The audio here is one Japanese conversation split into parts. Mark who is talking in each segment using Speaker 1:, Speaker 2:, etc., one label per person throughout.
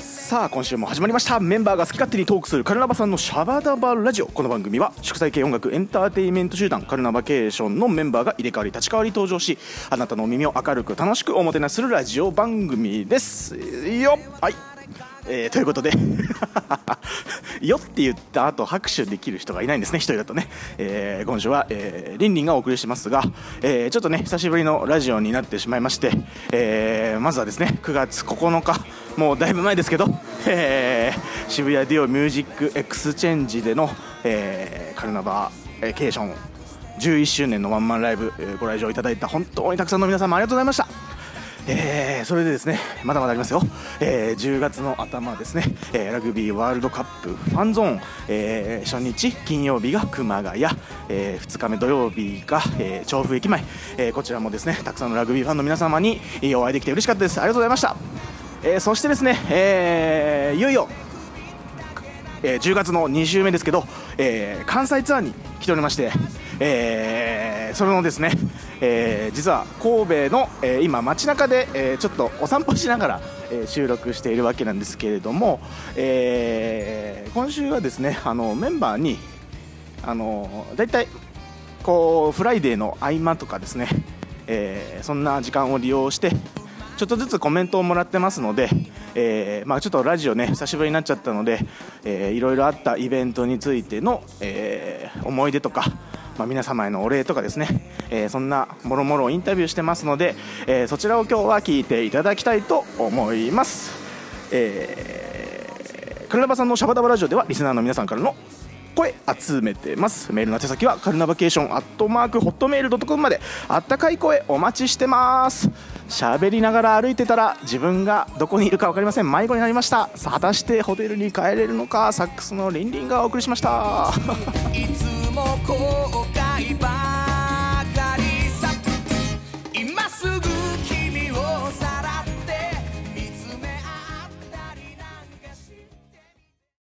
Speaker 1: さあ今週も始まりましたメンバーが好き勝手にトークするカルナバさんのシャバダバラジオこの番組は祝祭系音楽エンターテインメント集団カルナバケーションのメンバーが入れ替わり立ち替わり登場しあなたのお耳を明るく楽しくおもてなしするラジオ番組ですよはいえーということで よって言った後拍手できる人がいないんですね一人だとね、えー今週は、えー、リンリンがお送りしますが、えーちょっとね久しぶりのラジオになってしまいまして、えーまずはですね9月9日もうだいぶ前ですけど、えー渋谷ディオミュージックエクスチェンジでの、えーカルナバ、えーケーション11周年のワンマンライブ、えーご来場いただいた本当にたくさんの皆様ありがとうございましたえーそれでですねまだまだありますよ、えー10月の頭ですね、えーラグビーワールドカップファンゾーン、えー初日金曜日が熊谷、え2日目土曜日が、えー調布駅前、えーこちらもですねたくさんのラグビーファンの皆様にえーお会いできて嬉しかったですありがとうございました、えーそしてですね、えーいよいよえー10月の2週目ですけど、えー関西ツアーに来ておりまして、えーそれのですね、えー実は神戸の、えー今街中で、えーちょっとお散歩しながら、えー収録しているわけなんですけれども、えー今週はですねあのメンバーにあのだいたいこうフライデーの合間とかですね、 えーそんな時間を利用してちょっとずつコメントをもらってますので、えーまあ、ちょっとラジオね久しぶりになっちゃったので、えーいろいろあったイベントについての、えー思い出とか、まあ、皆様へのお礼とかですね、えーそんなもろもろをインタビューしてますので、えーそちらを今日は聞いていただきたいと思います。えーカルナバさんのシャバダバラジオではリスナーの皆さんからの声集めてますメールの宛先はカルナバケーションアットマークホットメールドットコムまであったかい声お待ちしてます喋りながら歩いてたら自分がどこにいるか分かりません迷子になりましたさあ果たしてホテルに帰れるのかサックスのリンリンがお送りしました
Speaker 2: いつも後悔ばかりさ今すぐ君をさらって見つめ合ったりなんかして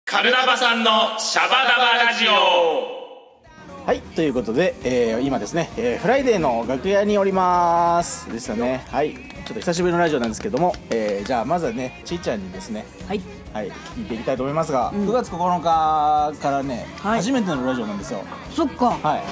Speaker 3: カルナバさんのシャバダバラジオ
Speaker 1: はいということで、えー今ですね、えーフライデーの楽屋におりますですよねはいちょっと久しぶりのラジオなんですけども、えーじゃあまずはねちいちゃんにですね
Speaker 4: はい、
Speaker 1: はい、聞いていきたいと思いますが、9月9日からね、
Speaker 4: はい
Speaker 1: 初めてのラジオなんですよ
Speaker 4: そっか。
Speaker 1: はい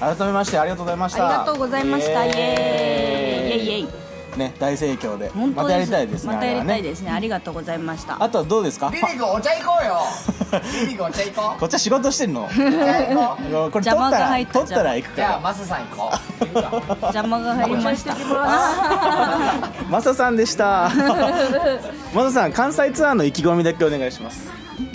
Speaker 1: 改めましてありがとうございました
Speaker 4: ありがとうございました。イエーイ。イエイイエイ。
Speaker 1: イね大盛況で
Speaker 4: 本
Speaker 1: ま
Speaker 4: 当
Speaker 1: たやりたいですね
Speaker 4: またやりたい
Speaker 1: す
Speaker 4: ですね。ありがとうございました。
Speaker 1: あとはどうですか
Speaker 5: リリコお茶行こうよリリコお茶行こう
Speaker 1: こっちは仕事してん の
Speaker 5: お茶行こう
Speaker 1: これ取
Speaker 4: 邪
Speaker 1: っ
Speaker 4: 魔
Speaker 1: た
Speaker 4: が
Speaker 1: ら
Speaker 4: 入った
Speaker 1: 取ったら行く
Speaker 5: じ
Speaker 1: か
Speaker 5: ゃあ
Speaker 1: ら
Speaker 5: マスさん行こう 行くか
Speaker 4: 邪魔が入りました。
Speaker 1: マサさんでした マサさん関西ツアーの意気込みだけお願いします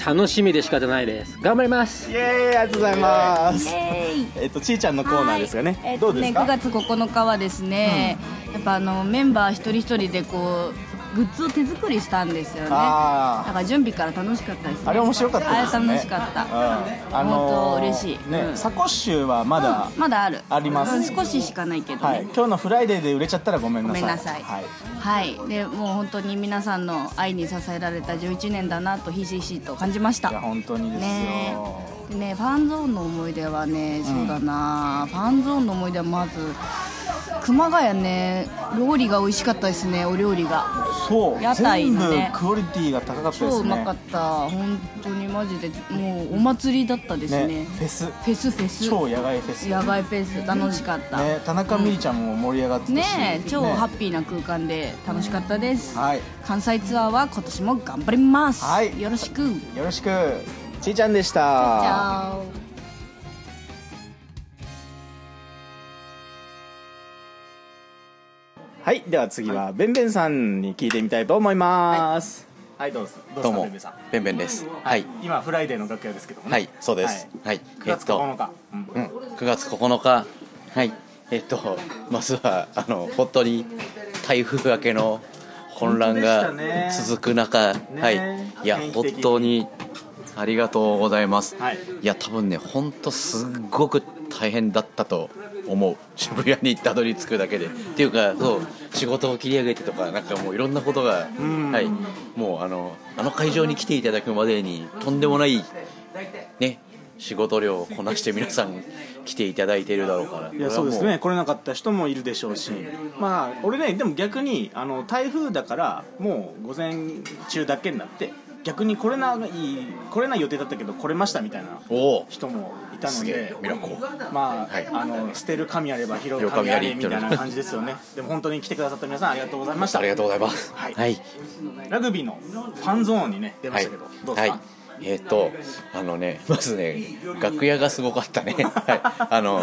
Speaker 6: 楽しみで仕方ないです頑張ります
Speaker 1: イエーイありがとうございます
Speaker 4: イエイ。
Speaker 1: えっとちいちゃんのコーナーですがね、
Speaker 4: はいえっ
Speaker 1: ど
Speaker 4: と
Speaker 1: うで
Speaker 4: ね
Speaker 1: す
Speaker 4: 9
Speaker 1: か、
Speaker 4: 月9日はですね、やっぱあのメンバー一人一人でこうグッズを手作りしたんですよね。だ
Speaker 1: あー
Speaker 4: から準備から楽しかったですね。
Speaker 1: あれ面白かった
Speaker 4: あ
Speaker 1: で
Speaker 4: れ
Speaker 1: すね
Speaker 4: 楽しかった。
Speaker 1: うん
Speaker 4: 本当嬉しい
Speaker 1: ね、
Speaker 4: うん
Speaker 1: サコッシュはまだ、
Speaker 4: うんまだある。
Speaker 1: あります
Speaker 4: うん少ししかないけど
Speaker 1: は
Speaker 4: ね
Speaker 1: い、。今日のフライデーで売れちゃったらごめん
Speaker 4: ご
Speaker 1: なさ
Speaker 4: め
Speaker 1: い
Speaker 4: んなさい。
Speaker 1: は
Speaker 4: はいい、でもう本当に皆さんの愛に支えられた11年だなとひしひしと感じまし
Speaker 1: いや
Speaker 4: た。
Speaker 1: 本当にですよ、
Speaker 4: ねでね、ファンゾーンの思い出はね、そうだな、ファンゾーンの思い出はまず。熊谷ね、料理が美味しかったですね、お料理が。
Speaker 1: そう
Speaker 4: 屋台
Speaker 1: 全部
Speaker 4: のね
Speaker 1: クオリティが高かったですね
Speaker 4: 超うまかった、本当にマジで、もうお祭りだったですね。
Speaker 1: ねフェス
Speaker 4: フェスフェス。
Speaker 1: 超野外フェス
Speaker 4: 野外フェス、楽しかった。
Speaker 1: ね田中みりちゃんも盛り上がってたし、
Speaker 4: ねえ超ハッ
Speaker 1: ね
Speaker 4: ピーな空間で楽しかったです、
Speaker 1: はい
Speaker 4: 関西ツアーは今年も頑張ります、
Speaker 1: はい
Speaker 4: よろしくじ
Speaker 1: よろしくちいちゃんでした
Speaker 4: ゃあ
Speaker 1: はいでは次はべんべんさんに聞いてみたいと思いますはい、どうぞどうぞ
Speaker 7: どうも
Speaker 1: べんべんさん、
Speaker 7: ベンベンです。はい、
Speaker 1: 今フライデーの楽屋ですけどもね
Speaker 7: はい、そうです。はい、
Speaker 1: 9月9日、うん
Speaker 7: えっと、うん、9月9日、はい、えっと、まずはあの本当に台風明けの混乱が
Speaker 1: 本当でしたね
Speaker 7: 続く中、
Speaker 1: ね
Speaker 7: はい、いや
Speaker 1: 天気
Speaker 7: 本
Speaker 1: 的に
Speaker 7: 当にありがとうございます。
Speaker 1: はい
Speaker 7: いや多分ね、本当すっごく大変だったと思う。渋谷にたどり着くだけで、っていうか、そう仕事を切り上げてとか、なんかもういろんなことが、はい、もうあのあの会場に来ていただくまでにとんでもないね仕事量をこなして皆さん来ていただいてるだろうから
Speaker 1: いやそうですね来れなかった人もいるでしょうしまあ俺ねでも逆にあの台風だからもう午前中だけになって逆に来れない来れない予定だったけど来れましたみたいな
Speaker 7: おお
Speaker 1: 人もいた
Speaker 7: す
Speaker 1: の
Speaker 7: げえ
Speaker 1: で
Speaker 7: ミラコ
Speaker 1: まあ,、
Speaker 7: はい
Speaker 1: あの捨てる神あれば拾う
Speaker 7: よ神
Speaker 1: 神
Speaker 7: あ
Speaker 1: あ
Speaker 7: り
Speaker 1: りみたいな感じです よねでも本当に来てくださった皆さんありがとうございました
Speaker 7: ありがとうございます
Speaker 1: はい
Speaker 7: はい
Speaker 1: ラグビーのファンゾーンにね出ま
Speaker 7: は
Speaker 1: し
Speaker 7: い
Speaker 1: たけど、どうで
Speaker 7: は
Speaker 1: す
Speaker 7: い
Speaker 1: か、
Speaker 7: えっ、とあのねまずね楽屋がすごかった ねはいあの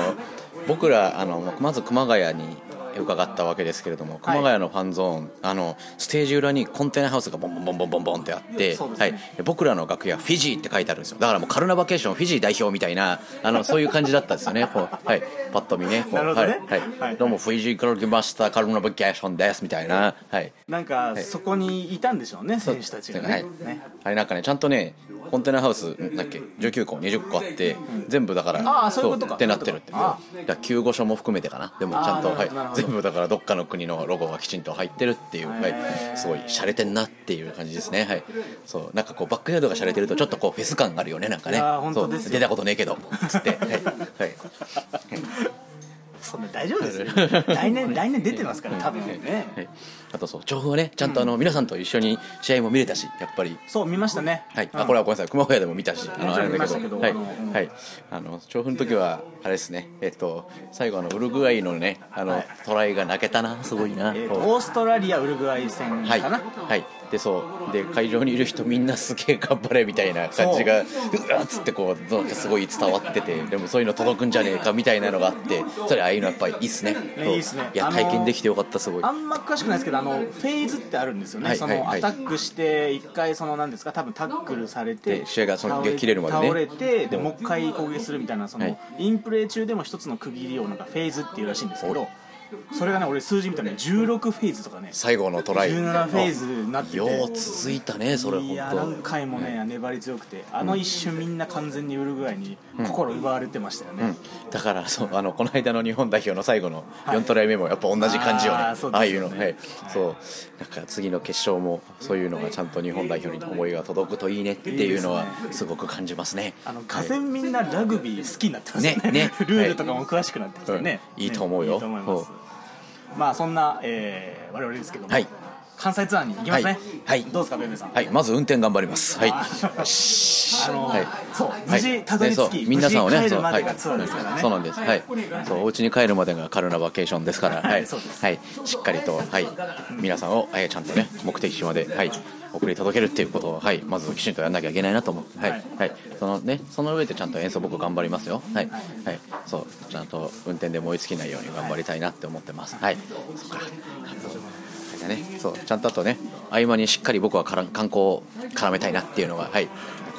Speaker 7: 僕らあのまず熊谷に伺ったわけですけれども熊谷のファンゾーン、あのステージ裏にコンテナハウスがボンボンボンボンボンボンってあって、
Speaker 1: そうです
Speaker 7: は
Speaker 1: ね
Speaker 7: い、僕らの楽屋フィジーって書いてあるんですよだからもうカルナバケーションフィジー代表みたいなあのそういう感じだったんですよねこう、はい、パッと見ねこう
Speaker 1: なるほどね
Speaker 7: はい
Speaker 1: は
Speaker 7: はいい、どうもフィジーから来ましたカルナバケーションですみたいな、はい、
Speaker 1: なんか
Speaker 7: い
Speaker 1: そこにいたんでしょうね選手たちがね,、
Speaker 7: はい
Speaker 1: ね
Speaker 7: あれなんかねちゃんとねコンテナハウスんだっけ19個20個あって全部だから
Speaker 1: ああそういうことか
Speaker 7: ってなってるって
Speaker 1: あ
Speaker 7: だ救護所も含めてかなでも
Speaker 1: ああ
Speaker 7: ちゃんと、
Speaker 1: な
Speaker 7: は
Speaker 1: る
Speaker 7: い
Speaker 1: ほどなるほ、ど
Speaker 7: 全部だからどっかの国のロゴがきちんと入ってるっていう、は
Speaker 1: へえ
Speaker 7: い、すごい洒落てんなっていう感じですねはいそうなんかこうバックヤードが洒落てるとちょっとこうフェス感があるよねなんかね
Speaker 1: いやー本当
Speaker 7: そう
Speaker 1: ですよ
Speaker 7: 出たことねえけどつってはい、はい
Speaker 1: そんな大丈夫ですよ来 年来年出てますから多分ね
Speaker 7: はい、あとそう情報はねちゃんとあの、皆さんと一緒に試合も見れたしやっぱり
Speaker 1: そう見ましたね
Speaker 7: はい、
Speaker 1: う
Speaker 7: あ
Speaker 1: ん
Speaker 7: これはごめんなさい熊谷でも見たしあのあれ
Speaker 1: 見
Speaker 7: だ
Speaker 1: ました
Speaker 7: け
Speaker 1: け
Speaker 7: ど
Speaker 1: ど
Speaker 7: はい、
Speaker 1: あのうん
Speaker 7: はい、あの調布の時はあれですねえっと最後あのウルグアイのねあの、
Speaker 1: はい
Speaker 7: トライが泣けたなすごいな、
Speaker 1: えーと
Speaker 7: こう
Speaker 1: オーストラリアウルグアイ戦かな、
Speaker 7: はい、はい、でそうで会場にいる人みんなすげえ頑張れみたいな感じがうわっつってこうなんかすごい伝わっててでもそういうの届くんじゃねえかみたいなのがあってそれああいうのやっぱりいいっすねそう
Speaker 1: いいっすね
Speaker 7: や
Speaker 1: あのー
Speaker 7: 体験できてよかったすごい
Speaker 1: あんま詳しくないですけどあのフェーズってあるんですよね、
Speaker 7: はい
Speaker 1: そ
Speaker 7: はい
Speaker 1: の
Speaker 7: は
Speaker 1: ア
Speaker 7: い
Speaker 1: タックして一回その何ですか多分タックルされて
Speaker 7: で試合がその切れるまでね
Speaker 1: 倒れてでもう一回攻撃するみたいなその、
Speaker 7: はい
Speaker 1: インプレー中でも一つの区切りをなんかフェーズっていうらしいんですけどそれがね俺数字見たらね16フェーズとかね
Speaker 7: 最後のトライ
Speaker 1: 17フェーズになってて
Speaker 7: よう続いたねそれ
Speaker 1: い
Speaker 7: 本
Speaker 1: や
Speaker 7: 当
Speaker 1: 何回もね粘り強くてあの一瞬みんな完全にウルグアイに心奪われてましたよね、
Speaker 7: うんだからそうあのこの間の日本代表の最後の
Speaker 1: い
Speaker 7: 4トライ目もやっぱ同じ感じよね、
Speaker 1: あー
Speaker 7: あ
Speaker 1: そうですよね
Speaker 7: あいうの、はい
Speaker 1: はい
Speaker 7: そうなんか次の決勝もそういうのがちゃんと日本代表に思いが届くといいねっていうのはすごく感じますね。
Speaker 1: あの俄然みんなラグビー好きになってますよね
Speaker 7: ねね
Speaker 1: ルールとかも詳しくなってきてね、ね
Speaker 7: うんいいと思うよ
Speaker 1: いいと思います
Speaker 7: ほ
Speaker 1: まあそんな、えー、我々ですけども、
Speaker 7: はい
Speaker 1: 関西ツアーに行きますね
Speaker 7: はいはい
Speaker 1: どうですかベベさん、
Speaker 7: はい、はいまず運転頑張ります。はい、
Speaker 1: あの、
Speaker 7: はい
Speaker 1: そう無
Speaker 7: はい
Speaker 1: 事たどり着き、
Speaker 7: ねそう皆さん
Speaker 1: 無
Speaker 7: をね
Speaker 1: 事帰る
Speaker 7: そう
Speaker 1: ま
Speaker 7: は
Speaker 1: で
Speaker 7: い
Speaker 1: がツアーですからね、
Speaker 7: そうなんですはいそうお家に帰るまでがカルナバケーションですからはい、
Speaker 1: そうです
Speaker 7: はい、しっかりとはい皆さんを、えーちゃんとね目的地まではい送り届けるっていうことをはいまずきちんとやんなきゃいけないなと思ってはい、
Speaker 1: は
Speaker 7: はいいそのねその上でちゃんと演奏僕頑張りますよはいはいそうちゃんと運転で燃え尽きないように頑張りたいなって思ってますはいそうかあれだねそうちゃんとあとね合間にしっかり僕はから観光を絡めたいなっていうのがはい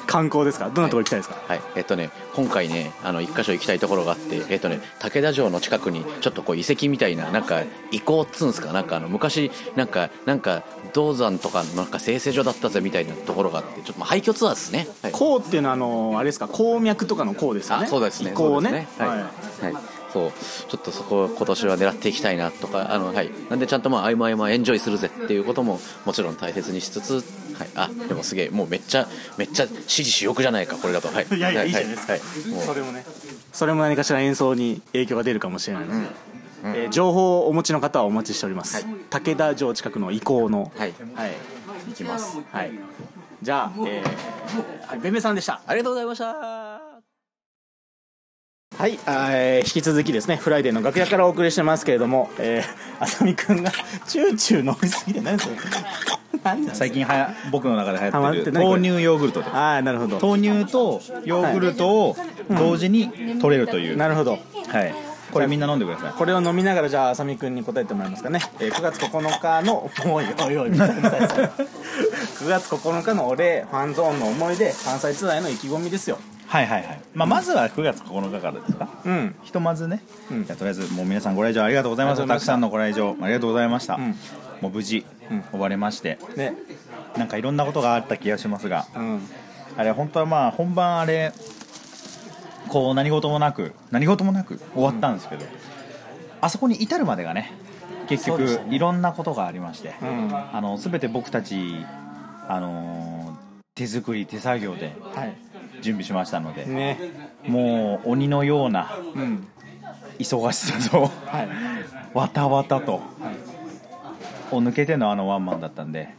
Speaker 1: 観光ですかどんなところ行きたいですか、
Speaker 7: はい、えっとね、今回ね、あの一箇所行きたいところがあって、えっとね、竹田城の近くに。ちょっとこう遺跡みたいな、なんか遺構っつうんすか、なんかあの昔、なんか、なんか銅山とか、なんか生成所だったぜみたいなところがあって、ちょっとまあ廃墟ツアーですね。はい
Speaker 1: こうっていうのはあのあれですか鉱脈とかのこうですよね
Speaker 7: あそうですね
Speaker 1: 移行ね
Speaker 7: そうですねはい、はいそうちょっとそこを今年は狙っていきたいなとかあの、はい、なんでちゃんとまあ合間合間エンジョイするぜっていうことももちろん大切にしつつ、はい、あでもすげえもうめっちゃめっちゃ支持しよくじゃないかこれだとはい
Speaker 1: いやいや
Speaker 7: はい
Speaker 1: いじゃない
Speaker 7: は
Speaker 1: ですか、
Speaker 7: はいもう
Speaker 1: それもねそれも何かしら演奏に影響が出るかもしれないので、えー情報をお持ちの方はお待ちしております、
Speaker 7: はい
Speaker 1: 武田城近くの遺構の
Speaker 7: はい
Speaker 1: はい、
Speaker 7: 行きます
Speaker 1: はいじゃあ、えーはい、べべさんでした
Speaker 7: ありがとうございました
Speaker 1: はい、あーえー引き続きですね、フライデーの楽屋からお送りしてますけれども、えー、あさみくんがチューチュー飲みすぎて、何それ。何だ。
Speaker 8: 最近はや僕の中で流
Speaker 1: ハマっ
Speaker 8: 行って
Speaker 1: て
Speaker 8: る
Speaker 1: ないこれ
Speaker 8: 豆乳ヨーグルトです
Speaker 1: ああ、なるほど。
Speaker 8: 豆乳とヨーグルトを同時に取れるという、
Speaker 1: な
Speaker 8: はい
Speaker 1: るほど。
Speaker 8: これみんな飲んでください
Speaker 1: これを飲みながら、じゃあ、あさみくんに答えてもらえますかね。えー、9月9日の、おいおいおい、見てください9月9日の俺、ファンゾーンの思い出、関西ツアーへの意気込みですよ。
Speaker 8: はいはいはい、まあ、まずは9月9日からですか
Speaker 1: うん。
Speaker 8: ひとまずね、
Speaker 1: うん
Speaker 8: じゃあとりあえずもう皆さんご来場ありがとうございま
Speaker 1: あ
Speaker 8: す
Speaker 1: りがとうございま
Speaker 8: た
Speaker 1: し
Speaker 8: く
Speaker 1: た
Speaker 8: さんのご来場ありがとうございました、
Speaker 1: ん
Speaker 8: もう無事、
Speaker 1: うん
Speaker 8: 終われまして
Speaker 1: ね。
Speaker 8: なんかいろんなことがあった気がしますが
Speaker 1: うん。
Speaker 8: あれ本当はまあ本番あれこう何事もなく何事もなく終わったんですけど、あそこに至るまでがね結
Speaker 1: そうでし
Speaker 8: 局
Speaker 1: た
Speaker 8: いろんなことがありまして、
Speaker 1: うん。は
Speaker 8: あの全て僕たち、あのー手作り手作業で
Speaker 1: い。
Speaker 8: 準備しましたので、
Speaker 9: ね
Speaker 8: もう鬼のような
Speaker 9: うん
Speaker 8: 忙しさと、
Speaker 9: はい
Speaker 8: わたわたと、を抜けてのあのワンマンだったんで、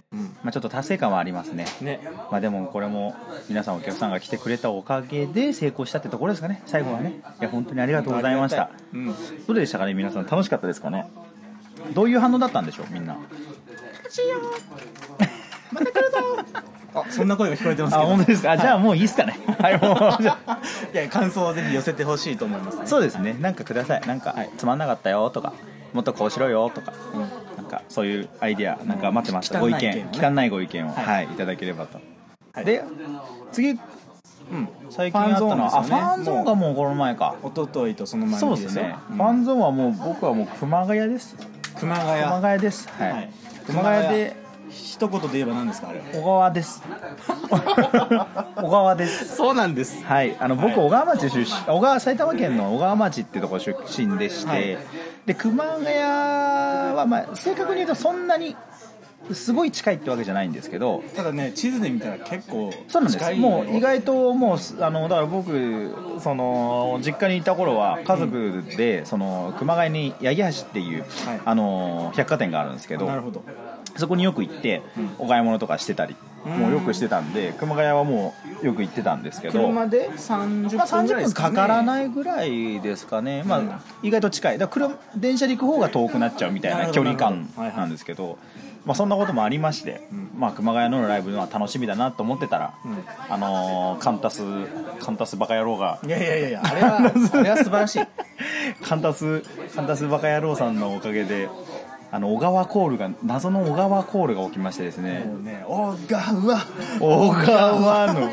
Speaker 8: まあ、ちょっと達成感はありますね
Speaker 9: ね
Speaker 8: まあでもこれも皆さんお客さんが来てくれたおかげで成功したってところですかね最後はねいや本当にありがとうございました
Speaker 9: うん
Speaker 8: どうでしたかね皆さん楽しかったですかねどういう反応だったんでしょうみんな
Speaker 1: そんな声が聞こえてます
Speaker 8: あ
Speaker 1: け
Speaker 8: 本
Speaker 1: ど
Speaker 8: 当ですかあじゃあもういいですかねはいもうじゃあ
Speaker 1: いや感想をぜひ寄せてほしいと思いますね
Speaker 8: そうですねなんかくださいなんか、つまんなかったよとかもっとこうしろよとか、なんかそういうアイディアなんか待ってました
Speaker 1: 汚
Speaker 8: ご
Speaker 1: い
Speaker 8: 意見
Speaker 1: 意見を
Speaker 8: 汚いご意見を、はい
Speaker 1: い
Speaker 8: い、ただければと、
Speaker 1: はい
Speaker 8: で次、最近あったのは
Speaker 1: ファンゾーンですよね
Speaker 8: あファンゾーンがもうこの前か
Speaker 1: 一昨日とその前
Speaker 8: そう
Speaker 1: の日
Speaker 8: です
Speaker 1: よ
Speaker 8: ね、ファンゾーンはもう僕はもう熊谷です
Speaker 1: 熊谷
Speaker 8: 熊谷ですはい、
Speaker 1: はい
Speaker 8: 熊谷で
Speaker 1: 一言で言えば何ですかあれ
Speaker 8: 小川です 小川です
Speaker 1: そうなんです
Speaker 8: はい、あの僕、小川町出身小川埼玉県の小川町ってとこ出身でして、
Speaker 1: はい
Speaker 8: で熊谷は、まあ、正確に言うとそんなにすごい近いってわけじゃないんですけど
Speaker 1: ただね地図で見たら結構
Speaker 8: そうなんで
Speaker 1: 近
Speaker 8: す
Speaker 1: いよ
Speaker 8: もう意外ともうすあのだから僕その実家にいた頃は家族でその熊谷に八木橋っていう、
Speaker 1: はい
Speaker 8: あの百貨店があるんですけど
Speaker 1: なるほど
Speaker 8: そこによく行ってお買い物とかしてたり、もうよくしてたんで熊谷はもうよく行ってたんですけど
Speaker 1: 車で30
Speaker 8: まあ、
Speaker 1: 分ぐらい
Speaker 8: 30
Speaker 1: で
Speaker 8: 分
Speaker 1: すか、
Speaker 8: か
Speaker 1: ね、
Speaker 8: からないぐらいですかね、まあ、意外と近いだから車電車で行く方が遠くなっちゃうみたい
Speaker 1: なる
Speaker 8: な
Speaker 1: ほ
Speaker 8: 距
Speaker 1: ど
Speaker 8: 離感
Speaker 1: なるほどはいはい
Speaker 8: なんですけど、まあ、そんなこともありまして、まあ、熊谷のライブは楽しみだなと思ってたら、あのーカンタスカンタスバカ野郎が
Speaker 1: いやいやいやいやあ れはあれは素晴らしい
Speaker 8: カンタスカンタスバカ野郎さんのおかげであの小川コールが謎の小川コールが起きましてですね、
Speaker 1: もうねおがうわ
Speaker 8: 小川の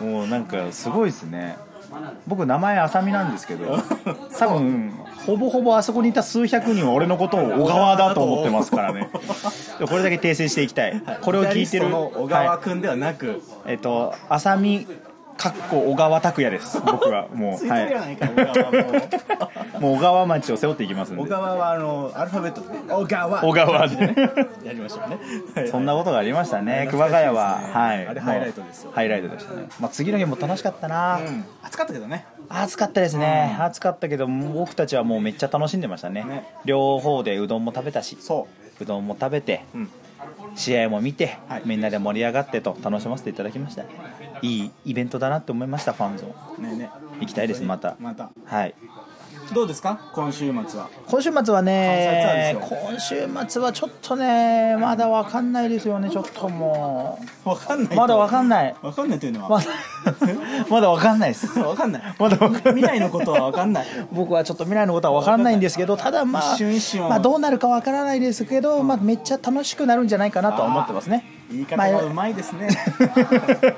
Speaker 8: もうなんかすごいですね僕名前浅見なんですけど多分ほぼほぼあそこにいた数百人は俺のことを小川だと思ってますか らねこれだけ訂正していきたいこれを聞いて
Speaker 1: ギタリス
Speaker 8: る
Speaker 1: トの小川
Speaker 8: はい
Speaker 1: 君ではなく、
Speaker 8: えっと浅見かっこ小川拓也です僕はも
Speaker 1: つ
Speaker 8: う
Speaker 1: いて
Speaker 8: は
Speaker 1: るやないか小川も
Speaker 8: いもう小川町を背負っていきますん
Speaker 1: 小
Speaker 8: で
Speaker 1: 川はあのアルファベットでね小川
Speaker 8: 小川で
Speaker 1: やりましたね、はい
Speaker 8: そんなことがありましたね、熊
Speaker 1: 懐かしいですね
Speaker 8: 谷は、はい、
Speaker 1: あれハイライトですよ
Speaker 8: ハイライトでしたね、まあ、次の日も楽しかったな、
Speaker 1: うん暑かったけどね
Speaker 8: 暑かったですね、暑かったけど僕たちはもうめっちゃ楽しんでましたね
Speaker 1: ね
Speaker 8: 両方でうどんも食べたし
Speaker 1: そう
Speaker 8: どんも食べて、
Speaker 1: ん
Speaker 8: 試合も見て、
Speaker 1: はい
Speaker 8: みんなで盛り上がってと楽しませていただきましたいいイベントだなって思いましたファンゾーン
Speaker 1: うねえねえ
Speaker 8: 行きたいですまた
Speaker 1: また
Speaker 8: はい
Speaker 1: どうですか今週末は
Speaker 8: 今週末はね
Speaker 1: 関西ツ
Speaker 8: 今週末はちょっとねまだわかんないですよねちょっとも
Speaker 1: わかんな
Speaker 8: う
Speaker 1: い
Speaker 8: まだわかん
Speaker 1: ない
Speaker 8: ない
Speaker 1: わかんないというのは、
Speaker 8: まだ まだわかんないです
Speaker 1: わかんない
Speaker 8: まだわかんない
Speaker 1: 未来のことはわかんない
Speaker 8: 僕はちょっと未来のことは分からないんですけどただまあ
Speaker 1: 一瞬一瞬
Speaker 8: まあ、どうなるか分からないですけど、まあ、めっちゃ楽しくなるんじゃないかなとは思ってますね
Speaker 1: 言い方
Speaker 8: まあ
Speaker 1: がうまいですね、
Speaker 8: ま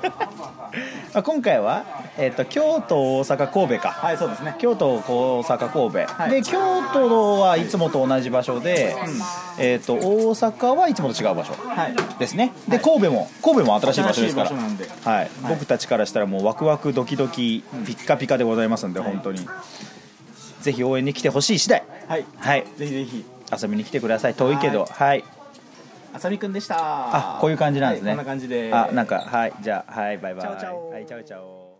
Speaker 8: あ今回は、えっと京都大阪神戸か、
Speaker 1: はいそうですね
Speaker 8: 京都大阪神戸、
Speaker 1: はい
Speaker 8: で京都はいつもと同じ場所で、えっと大阪はいつもと違う場所
Speaker 1: はい
Speaker 8: ですね、で神戸も神戸も新しい場所ですから
Speaker 1: 新しい場所なんで
Speaker 8: はい僕たちからしたらもうワクワクドキドキピッカピカでございますんで、本当にぜひ応援に来てほしい次第
Speaker 1: はい
Speaker 8: はい
Speaker 1: ぜひぜひ
Speaker 8: 遊びに来てください遠いけどはい
Speaker 1: あさみくんでした
Speaker 8: あこういう感じなんです
Speaker 1: は
Speaker 8: ね、
Speaker 1: いこんな感じで
Speaker 8: あなんかはいじゃあはいバイバイ
Speaker 1: チャオチャオ
Speaker 8: はいチャオチャオ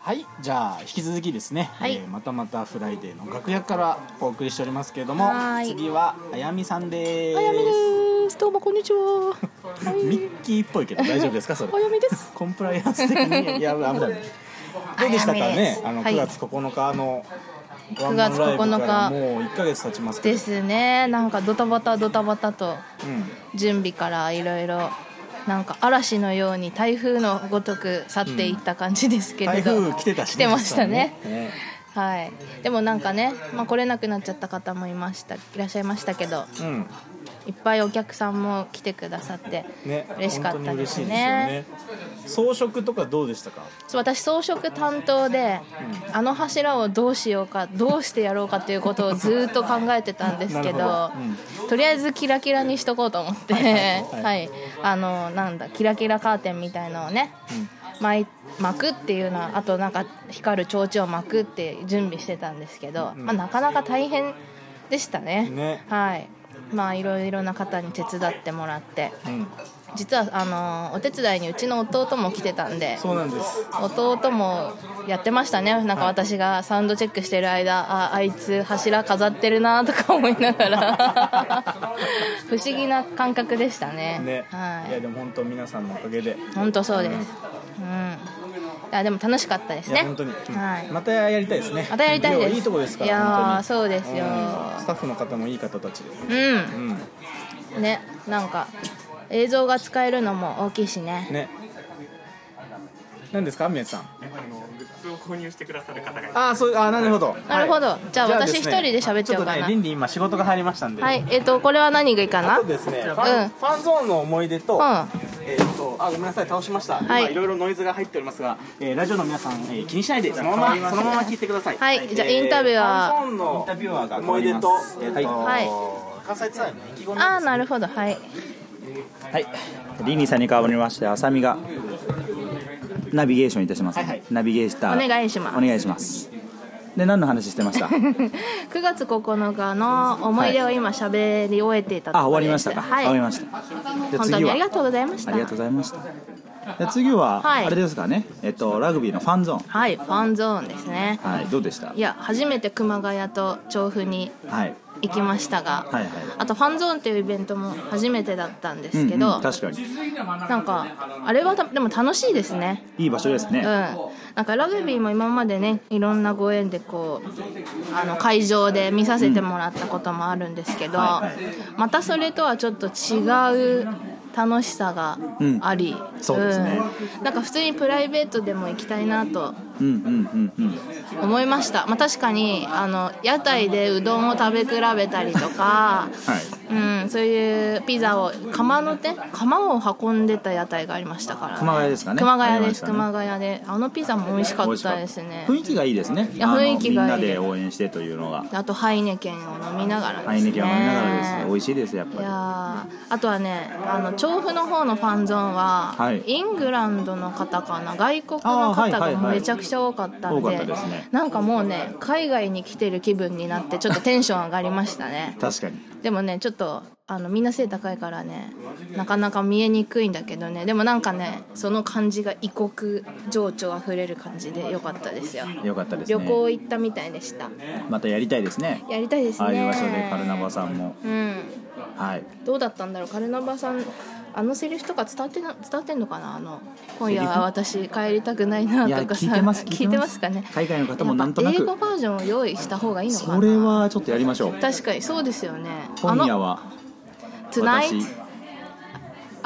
Speaker 1: はいじゃあ引き続きですね、
Speaker 10: はい
Speaker 1: えーまたまた「フライデー」の楽屋からお送りしておりますけれども
Speaker 10: はい
Speaker 1: 次はあやみさんです
Speaker 11: あやみです。どうもこんにちは。
Speaker 1: ミッキーっぽいけど大丈夫ですかそれ
Speaker 11: あやみです。
Speaker 1: コンプライアンス的にいや危ない危ないどうでしたか
Speaker 10: あやみで
Speaker 1: ね
Speaker 10: す
Speaker 1: あの
Speaker 10: はい
Speaker 1: 9月9日のワ
Speaker 10: 9
Speaker 1: ンマン
Speaker 10: 月
Speaker 1: ライブ
Speaker 10: 9
Speaker 1: から
Speaker 10: 日
Speaker 1: もう1か月経ちますけ
Speaker 10: で
Speaker 1: ど、
Speaker 10: すねなんかドタバタドタバタと
Speaker 1: うん、
Speaker 10: 準備からいろいろなんか嵐のように台風のごとく去っていった感じですけれ
Speaker 1: 台
Speaker 10: ど、
Speaker 1: 風来てたし、
Speaker 10: 来てましたね
Speaker 1: 実際ね
Speaker 10: はいでもなんかね、まあ、来れなくなっちゃった方もいましたいらっしゃいましたけど
Speaker 1: うん
Speaker 10: いっぱいお客さんも来てくださって
Speaker 1: ね
Speaker 10: 嬉しかった
Speaker 1: 本当に嬉
Speaker 10: で
Speaker 1: しい
Speaker 10: す
Speaker 1: ですよ
Speaker 10: ね
Speaker 1: ね装飾とかどうでしたか
Speaker 10: そう私装飾担当で、あの柱をどうしようかどうしてやろうかということをずーっと考えてたんですけど
Speaker 1: なる
Speaker 10: とりあえずキラキラにしとこうと思って
Speaker 1: はい
Speaker 10: はいあのなんだキラキラカーテンみたいのをね、巻い巻くっていうのはあとなんか光る提灯を巻くって準備してたんですけど、まあ、なかなか大変でしたね。
Speaker 1: ね
Speaker 10: はいまあいろいろな方に手伝ってもらって
Speaker 1: うん
Speaker 10: 実はあのお手伝いにうちの弟も来てたんで
Speaker 1: そうなんです
Speaker 10: 弟もやってましたねなんか私がサウンドチェックしてる間ああいつ柱飾ってるなとか思いなが ら不思議な感覚でしたね
Speaker 1: ね、、
Speaker 10: はい
Speaker 1: やでも本当皆さんのおかげで
Speaker 10: 本当そうです
Speaker 1: ん
Speaker 10: うんいやでも楽しかったです
Speaker 1: いや
Speaker 10: ね
Speaker 1: 本当に、うん
Speaker 10: はい
Speaker 1: またやりたいですね
Speaker 10: またやりたいです
Speaker 1: いいとこですから
Speaker 10: いやー
Speaker 1: 本当に
Speaker 10: そうですよ
Speaker 1: うんスタッフの方もいい方たちで、
Speaker 10: うんねなんか映像が使えるのも大きいしね
Speaker 1: ね何ですか宮地さん
Speaker 12: グッズを購入してくださる方が
Speaker 1: あーそうあーなるほど
Speaker 10: なるほど
Speaker 1: はい
Speaker 10: じゃあ
Speaker 1: ですね
Speaker 10: 私一人で喋っちゃおうかな
Speaker 1: ちょっとねリンリン今仕事が入りましたんで
Speaker 10: はいえっ、とこれは何がいいかな
Speaker 1: そうですねフ
Speaker 10: うん
Speaker 1: ァンファンゾーンの思い出と
Speaker 10: うん
Speaker 1: えーっとあごめんなさい倒しました
Speaker 10: はい
Speaker 1: 今いろいろノイズが入っておりますがえーラジオの皆さんえー気にしないでそのままそのまま聞いてください
Speaker 10: はいじゃあインタビュアー
Speaker 1: ファンゾーンのインタビュアーが思い出とえーっと
Speaker 10: はい
Speaker 1: 関西ツアーの意気込み
Speaker 10: ああなるほどはい
Speaker 8: はい、リーニーさんに代わりまして、あさみがナビゲーションいたします、ナビゲータ
Speaker 10: お
Speaker 8: ー、
Speaker 10: 願いします
Speaker 8: お願いします。で、何の話してま した
Speaker 10: 9月9日の思い出を今喋り終えていたと
Speaker 8: あ、終
Speaker 10: こ
Speaker 8: わ
Speaker 10: ろ
Speaker 8: り
Speaker 10: で
Speaker 8: ますしたか、
Speaker 10: はい
Speaker 8: 終わりました。じゃあ
Speaker 10: 本当
Speaker 8: 次
Speaker 10: に
Speaker 8: は
Speaker 10: ありがとうございまし
Speaker 8: あ
Speaker 10: た
Speaker 8: りがとうございました。で次は、
Speaker 10: はい
Speaker 8: あれですかね、えっと、ラグビーのファンゾーン、
Speaker 10: はいファンゾーンですね
Speaker 8: はい、どうでした
Speaker 10: いや初めて熊谷と調布に
Speaker 8: はい、
Speaker 10: 行きましたが
Speaker 8: はい、はい。
Speaker 10: あとファンゾーンっていうイベントも初めてだったんですけど、
Speaker 8: うんうん確かに
Speaker 10: なんかあれはたでも楽しいですね
Speaker 8: いい場所です
Speaker 10: うん、
Speaker 8: ね。
Speaker 10: なんかラグビーも今までねいろんなご縁でこうあの会場で見させてもらったこともあるんですけど、
Speaker 8: うんはいはい
Speaker 10: またそれとはちょっと違う楽しさが
Speaker 8: うん
Speaker 10: あり、
Speaker 8: そうですね
Speaker 10: うんなんか普通にプライベートでも行きたいなと
Speaker 8: うん、うん、うん、うん。
Speaker 10: 思いました、まあ、確かにあの屋台でうどんを食べ比べたりとか、うん、そういうピザを釜のね釜を運んでた屋台がありましたから、
Speaker 8: 熊谷ですかね
Speaker 10: 熊谷
Speaker 8: あり
Speaker 10: で、
Speaker 8: ますしたね
Speaker 10: 熊谷であのピザも美味しかったですね
Speaker 8: 雰囲気がいいですね。
Speaker 10: いや
Speaker 8: あの
Speaker 10: 雰囲気がいい
Speaker 8: みんなで応援してというのが。
Speaker 10: あとハイネケンを飲みながらですね
Speaker 8: ハイネケンを飲みながらですね。美味しいですやっ
Speaker 10: いやー
Speaker 8: ぱ
Speaker 10: あとはねあの調布の方のファンゾーンは、
Speaker 8: はい
Speaker 10: イングランドの方かな外国
Speaker 8: あ
Speaker 10: の
Speaker 8: ーはい
Speaker 10: 方
Speaker 8: はい
Speaker 10: が
Speaker 8: はい
Speaker 10: めちゃくちゃ多かった
Speaker 8: 多
Speaker 10: んで,、
Speaker 8: かったですね
Speaker 10: なんかもうね海外に来てる気分になってちょっとテンション上がりましたね
Speaker 8: り。確かに。
Speaker 10: でもねちょっとあのみんな背高いからねなかなか見えにくいんだけどねでもなんかねその感じが異国情緒あふれる感じで良かったですよ
Speaker 8: 良かったですね。
Speaker 10: 旅行行ったみたいでした
Speaker 8: またやりたいですね。
Speaker 10: やりたいですね
Speaker 8: ああいう場所でカルナバさんも。
Speaker 10: うん
Speaker 8: はい。
Speaker 10: どうだったんだろうカルナバさんあのセリフとか伝わってな伝わってんのかなあの今夜は私帰りたくないない
Speaker 8: や
Speaker 10: とかさ
Speaker 8: 聞いてます
Speaker 10: 聞いてますかね
Speaker 8: 海外の方もなんとな
Speaker 10: 英
Speaker 8: く
Speaker 10: 語。バージョンを用意した方がいいのか
Speaker 8: そ
Speaker 10: な
Speaker 8: れはちょっとやりましょう。
Speaker 10: 確かにそうですよね
Speaker 8: 今夜は
Speaker 10: 「
Speaker 8: 私。
Speaker 10: Tonight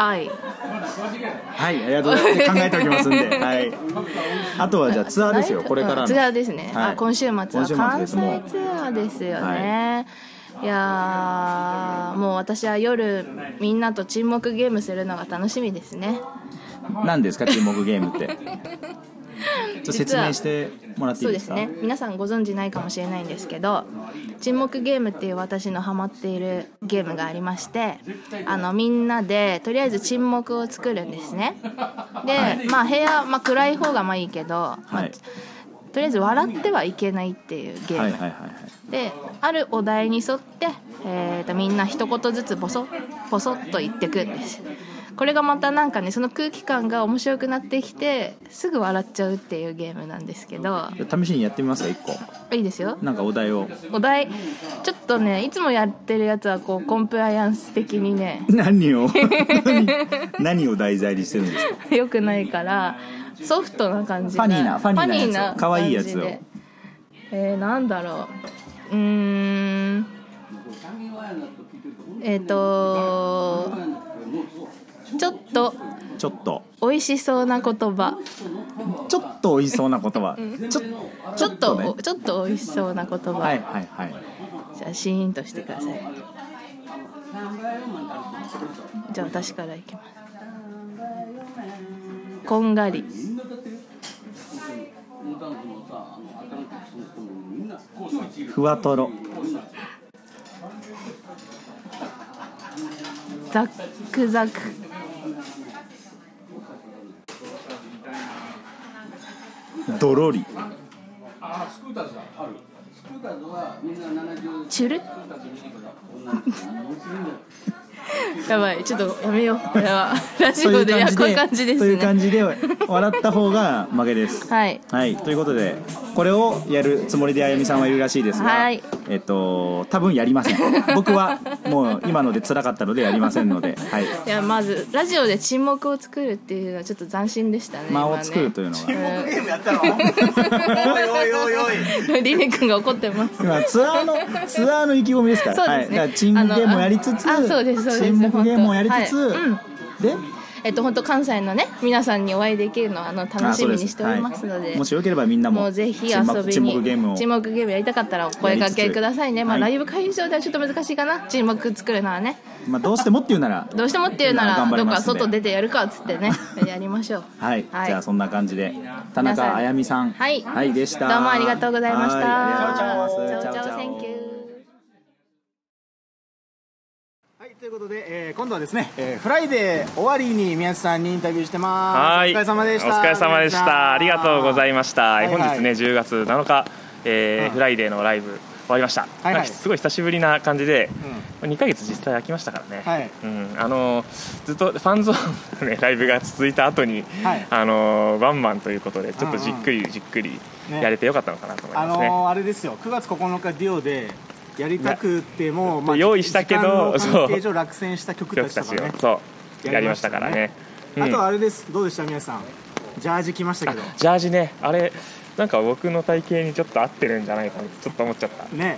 Speaker 10: I」
Speaker 8: はい、ありがとうござい ます。考えておきますんで。はい。あとはじゃあツアーですよ。これからの。
Speaker 10: ツアーですね、
Speaker 8: はい
Speaker 10: あ今週末は
Speaker 8: 今週末
Speaker 10: 関
Speaker 8: で
Speaker 10: 西
Speaker 8: すもう
Speaker 10: ツアーですよね、い、やーもう私は夜みんなと沈黙ゲームするのが楽しみですね
Speaker 8: 何ですか沈黙ゲー ムって。ちょっと説明してもらってい
Speaker 10: そ
Speaker 8: いうで
Speaker 10: ですす
Speaker 8: か。
Speaker 10: ね皆さんご存知ないかもしれないんですけど沈黙ゲームっていう私のハマっているゲームがありましてあのみんなでとりあえず沈黙を作るんですねで、まあ部屋、まあ、暗い方がまあいいけど、
Speaker 8: はい。
Speaker 10: とりあえず笑ってはいけないっていうゲーム、
Speaker 8: はいはいはいはい。
Speaker 10: であるお題に沿って、えー、とみんな一言ずつボソッボソッと言ってくんですこれがまたなんかねその空気感が面白くなってきてすぐ笑っちゃうっていうゲームなんですけど
Speaker 8: じゃあ試しにやってみますか一個。
Speaker 10: いいですよ
Speaker 8: なんかお題を。
Speaker 10: お題ちょっとねいつもやってるやつはこうコンプライアンス的にね
Speaker 8: 何を何何を題材にしてるんですか。
Speaker 10: 良くないからソフトな感じ
Speaker 8: ファニーなファニーなやつを
Speaker 10: 感じで
Speaker 8: 可愛いやつを
Speaker 10: えー、なんだろううーんえっ、とちょっと
Speaker 8: ちょっと
Speaker 10: 美味しそうな言葉
Speaker 8: ちょっと美味しそうな言葉。ちょ
Speaker 10: ちょっと
Speaker 8: ちょっとね
Speaker 10: ちょっと美味しそうな言葉、
Speaker 8: はいはいはい。
Speaker 10: じゃあシーンとしてくださいじゃあ私からいきますこんがり
Speaker 8: ふわとろ。
Speaker 10: ザックザク
Speaker 8: どろり。
Speaker 13: あスクーターズだあるスク
Speaker 10: チュル やばいちょっとやめようこれ はラジオでやこういう感じです
Speaker 8: という
Speaker 10: ね
Speaker 8: 感じで笑った方が負けです
Speaker 10: はい
Speaker 8: はいということでこれをやるつもりであゆみさんはいるらしいですが、
Speaker 10: はい
Speaker 8: えっと多分やりません僕はもう今ので辛かったのでやりませんので、はい、
Speaker 10: いやまずラジオで沈黙を作るっていうのはちょっと斬新でしたね
Speaker 8: 間を作る というのが
Speaker 10: ゲームや
Speaker 14: ったの
Speaker 10: おいおいお いリネ君が怒ってます
Speaker 8: まあツアーのツアーの意気込みですから
Speaker 10: そうですね、
Speaker 8: はい、だからチームゲームをやりつつ
Speaker 10: あのあそうですそうです
Speaker 8: チームゲームをやりつつ、
Speaker 10: はいうん
Speaker 8: で
Speaker 10: えっと本当関西のね皆さんにお会いできるのをあの楽しみにしておりますので
Speaker 8: もしよければみんなも
Speaker 10: もうぜひ遊
Speaker 8: 沈黙
Speaker 10: び
Speaker 8: 沈
Speaker 10: に
Speaker 8: 黙ゲームを
Speaker 10: 沈黙ゲームやりたかったらお声掛けくださいねまあ
Speaker 8: はい
Speaker 10: ライブ会場ではちょっと難しいかな沈黙作るのはね
Speaker 8: まあ、どうしてもっていうなら
Speaker 10: どうしてもっていうな
Speaker 8: まあ
Speaker 10: ら
Speaker 8: 頑張
Speaker 10: ど
Speaker 8: り
Speaker 10: っ
Speaker 8: ま
Speaker 10: か
Speaker 8: すんで
Speaker 10: 外出てやるかっつってねやりましょう
Speaker 8: はい、
Speaker 10: はい
Speaker 8: じゃあそんな感じで田
Speaker 10: 皆さ
Speaker 8: 中
Speaker 10: ん
Speaker 8: あやみさん
Speaker 10: はい
Speaker 8: でした
Speaker 10: どうもありがとうございました
Speaker 8: はいありがとうございます
Speaker 10: チ
Speaker 8: チ
Speaker 10: ャオチャオ
Speaker 8: ャオチャオ
Speaker 10: Thank you
Speaker 1: ということで、えー今度はですね、えーフライデー終わりに宮地さんにインタビューしてます
Speaker 15: はい。
Speaker 1: お疲れ様でした
Speaker 15: お疲れ様でした。ありがとうございました。
Speaker 1: いはい
Speaker 15: 本日ね、10月7日、えーフライデーのライブ終わりました。
Speaker 1: いはい
Speaker 15: なんかすごい久しぶりな感じで、2ヶ月実際空きましたからね。
Speaker 1: はい
Speaker 15: うん、あのずっとファンゾーンの、ね、ライブが続いた後に、
Speaker 1: はい
Speaker 15: あのワンマンということでちょっとじっくりじっくり
Speaker 1: ね
Speaker 15: やれてよかったのかなと思い
Speaker 1: あ
Speaker 15: ます
Speaker 1: の
Speaker 15: ね。
Speaker 1: ーあれですよ9月9日デュオでやりたくても、まあ、
Speaker 15: 用意したけど
Speaker 1: 時間の関係上落選した曲た
Speaker 15: 僕
Speaker 1: ち
Speaker 15: た
Speaker 1: と
Speaker 15: ち
Speaker 1: か
Speaker 15: を
Speaker 1: ね
Speaker 15: そうや
Speaker 1: や
Speaker 15: り
Speaker 1: り
Speaker 15: ま
Speaker 1: ま
Speaker 15: し
Speaker 1: したた
Speaker 15: か
Speaker 1: かららね
Speaker 15: ね。うん
Speaker 1: あとあれですどうでした皆さんジャージ着ました けど
Speaker 15: ジャージねあれなんか僕の体型にちょっと合ってるんじゃないかなってちょっと思っちゃった
Speaker 1: ね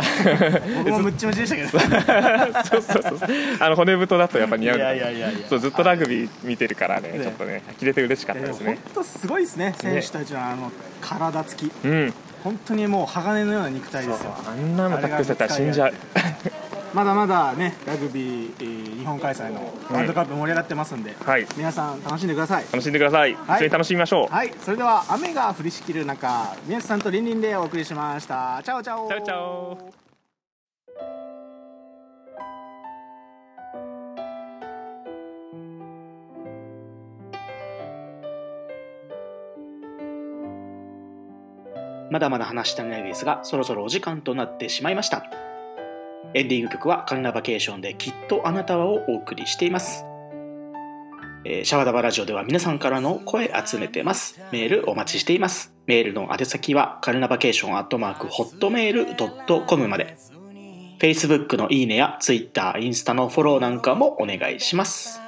Speaker 1: 僕もムッチムチでしたけど
Speaker 15: そうそうそうあの骨太だとやっぱ似合うのかない
Speaker 1: やいやいやいや
Speaker 15: そうずっとラグビー見てるからね
Speaker 1: ね
Speaker 15: ちょっとね呆れて嬉しかったですね
Speaker 1: 本当すごいですね選手たちのあの体つき
Speaker 15: うん
Speaker 1: 本当にもう鋼のような肉体ですよ
Speaker 15: あんなのタックルされたら死んじゃう
Speaker 1: まだまだねラグビーえー日本開催のワールドカップ盛り上がってますんで、
Speaker 15: はい
Speaker 1: 皆さん楽しんでください
Speaker 15: 楽しんでください一
Speaker 1: はい
Speaker 15: 緒に楽しみましょう
Speaker 1: はいそれでは雨が降りしきる中宮地さんとリンリンでお送りしましたチャオチャオチャオチャオ
Speaker 16: まだまだ話し足りないですが、そろそろお時間となってしまいました。エンディング曲はカンナバケーションできっとあなたはをお送りしています。えーシャワダバラジオでは皆さんからの声集めてます。メールお待ちしています。メールの宛先はカルナバケーションアットマークホットメールドットコムまで。Facebook のいいねや Twitter、インスタのフォローなんかもお願いします。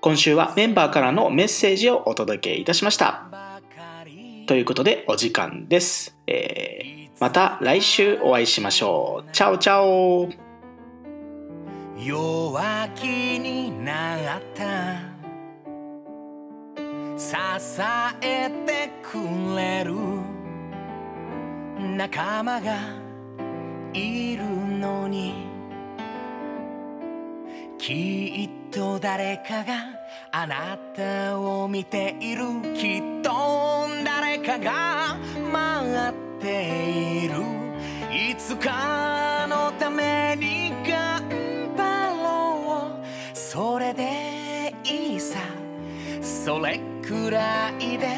Speaker 16: 今週はメンバーからのメッセージをお届けいたしました。ということでお時間です、えーまた来週お会いしましょうチャオチャオ
Speaker 2: 弱気になった支えてくれる仲間がいるのにきっと誰かがあなたを見ているきっと誰かが待っているいつかのために頑張ろうそれでいいさそれくらいで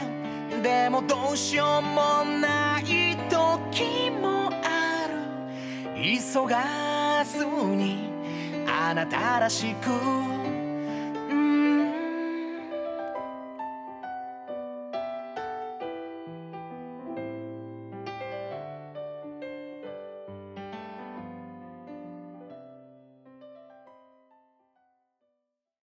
Speaker 2: でもどうしようもない時もある急がずにあなたらしく